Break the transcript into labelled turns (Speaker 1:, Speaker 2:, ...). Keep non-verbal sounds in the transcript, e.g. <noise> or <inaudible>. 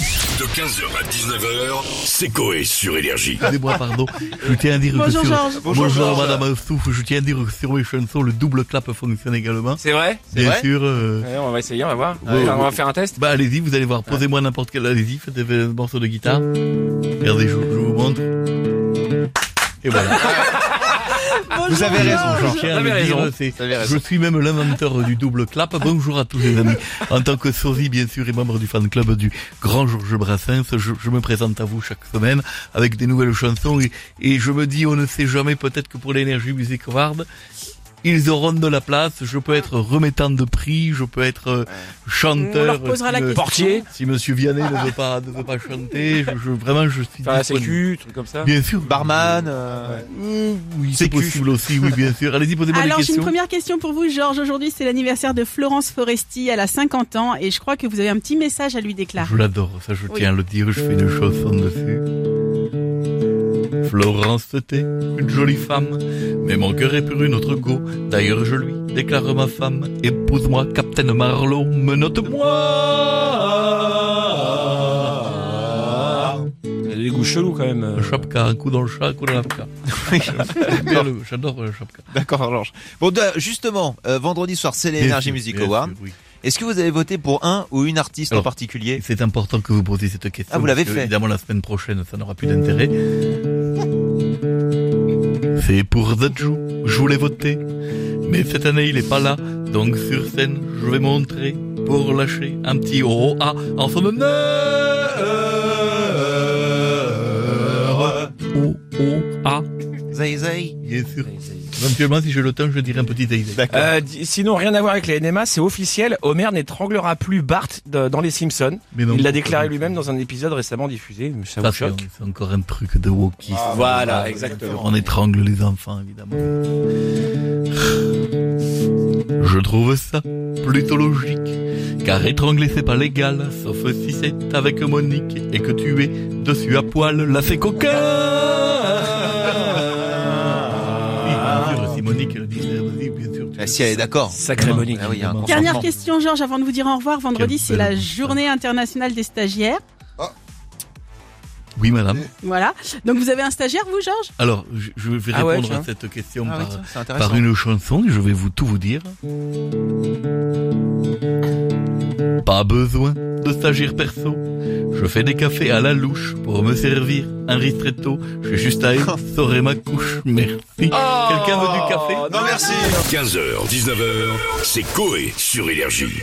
Speaker 1: De 15h à 19h, c'est Coé sur Énergie.
Speaker 2: Excusez-moi, pardon. Je tiens à dire
Speaker 3: Bonjour,
Speaker 2: que sur...
Speaker 3: Georges.
Speaker 2: Bonjour, Madame Assouf. Je tiens à dire que sur les chansons, le double clap fonctionne également.
Speaker 4: C'est vrai
Speaker 2: Bien sûr. euh,
Speaker 4: Ouais, On va essayer, on va voir.
Speaker 2: Ouais,
Speaker 4: on va
Speaker 2: ouais.
Speaker 4: faire un test.
Speaker 2: Bah allez-y, vous allez voir. Posez-moi n'importe quel. Allez-y, faites un morceau de guitare. Regardez, je, je vous montre. Et
Speaker 3: <laughs>
Speaker 2: voilà.
Speaker 3: Bonjour, Georges.
Speaker 2: Je tiens à
Speaker 4: Vous
Speaker 2: le
Speaker 4: avez
Speaker 2: dire,
Speaker 4: raison.
Speaker 2: c'est-
Speaker 4: Vous avez
Speaker 2: Je
Speaker 4: raison.
Speaker 2: suis même l'inventeur du double clap. Bonjour à tous les amis. En tant que sosie, bien sûr, et membre du fan club du grand Georges Brassens, je, je me présente à vous chaque semaine avec des nouvelles chansons et, et je me dis, on ne sait jamais, peut-être que pour l'énergie Music Award, ils auront de la place. Je peux être remettant de prix, je peux être euh, chanteur.
Speaker 3: On leur posera la
Speaker 2: si, le-
Speaker 3: question.
Speaker 4: Portier,
Speaker 2: si Monsieur Vianney ne veut pas, ne veut pas chanter, je, je- vraiment, je suis
Speaker 4: faire la
Speaker 2: disponible.
Speaker 4: sécu, truc comme ça.
Speaker 2: Bien sûr.
Speaker 5: Barman.
Speaker 2: Euh, oui, c'est
Speaker 5: Sécu.
Speaker 2: possible aussi, oui, bien sûr. Allez-y, posez-moi des
Speaker 3: Alors, j'ai
Speaker 2: questions.
Speaker 3: une première question pour vous, Georges. Aujourd'hui, c'est l'anniversaire de Florence Foresti. Elle a 50 ans et je crois que vous avez un petit message à lui déclarer.
Speaker 2: Je l'adore, ça je
Speaker 3: Ah. Oui.
Speaker 2: tiens à le dire, je fais une chanson dessus. Florence, c'était une jolie femme, mais mon cœur est pour une autre go. D'ailleurs, je lui déclare ma femme. Épouse-moi, Captain Marlowe, menote-moi.
Speaker 4: Elle a des goûts chelous quand même.
Speaker 2: Un chapka, un coup dans le chat, un coup dans la l'apka. Bien le- J'adore le chapka.
Speaker 5: D'accord, Georges. Bon, de- justement, euh, vendredi soir, c'est l'énergie Music
Speaker 2: Bien sûr,
Speaker 5: Award.
Speaker 2: oui.
Speaker 5: Est-ce que vous avez voté pour un ou une artiste en
Speaker 2: Alors, Et
Speaker 5: particulier
Speaker 2: C'est important que vous posiez cette question.
Speaker 5: Ah, vous l'avez
Speaker 2: parce que,
Speaker 5: fait.
Speaker 2: Évidemment, la semaine prochaine, ça n'aura plus d'intérêt. C'est pour Zadjou, je voulais voter. Mais cette année, il est pas là. Donc, sur scène, je vais montrer pour lâcher un petit oh ah en son honneur. Oh oh ah.
Speaker 5: Zay Zay
Speaker 2: Bien sûr. Éventuellement, si j'ai le temps, je dirai un petit idée.
Speaker 5: D'accord.
Speaker 4: Euh, di- sinon, rien à voir avec les NMA, c'est officiel. Homer n'étranglera plus Bart de- dans Les Simpsons.
Speaker 2: Mais non,
Speaker 4: Il l'a
Speaker 2: pourquoi
Speaker 4: déclaré
Speaker 2: non
Speaker 4: lui-même dans un épisode récemment diffusé.
Speaker 2: Ça,
Speaker 4: Ça vous
Speaker 2: c'est
Speaker 4: choque Ah,
Speaker 2: c'est encore un truc de wokisme.
Speaker 4: Voilà, exactement.
Speaker 2: On étrangle les enfants, évidemment. Je trouve ça plutôt logique, car étrangler c'est pas légal, sauf si c'est avec Monique et que tu es dessus à poil, là c'est coquin.
Speaker 4: Ah.
Speaker 2: Oui, bien sûr, si Monique le dit, vas-y, bien sûr. tu
Speaker 5: Ah,
Speaker 2: le
Speaker 5: si elle est d'accord.
Speaker 4: Sacré
Speaker 2: Ah,
Speaker 4: Monique.
Speaker 5: Ah oui, il y a un
Speaker 2: Évidemment.
Speaker 3: Dernière
Speaker 5: consentement.
Speaker 3: question, Georges, avant de vous dire au revoir. Vendredi,
Speaker 2: Quelle
Speaker 3: c'est la
Speaker 2: belle
Speaker 3: journée internationale des stagiaires.
Speaker 2: sais. Oui, madame.
Speaker 3: Voilà. Donc, vous avez un stagiaire, vous, Georges
Speaker 2: Alors, je, je vais
Speaker 4: Ah ouais,
Speaker 2: répondre à
Speaker 4: tiens.
Speaker 2: cette question
Speaker 5: Ah oui,
Speaker 2: par,
Speaker 5: tiens, c'est
Speaker 2: par
Speaker 5: intéressant.
Speaker 2: une chanson et je vais vous tout vous dire. Pas besoin de stagiaire perso. Je fais des cafés à la louche pour me servir un ristretto. J'ai juste à essorer ma couche. Merci.
Speaker 4: Oh,
Speaker 2: Quelqu'un veut du café
Speaker 4: non, merci.
Speaker 1: 15h, 19h, c'est Coé sur Énergie.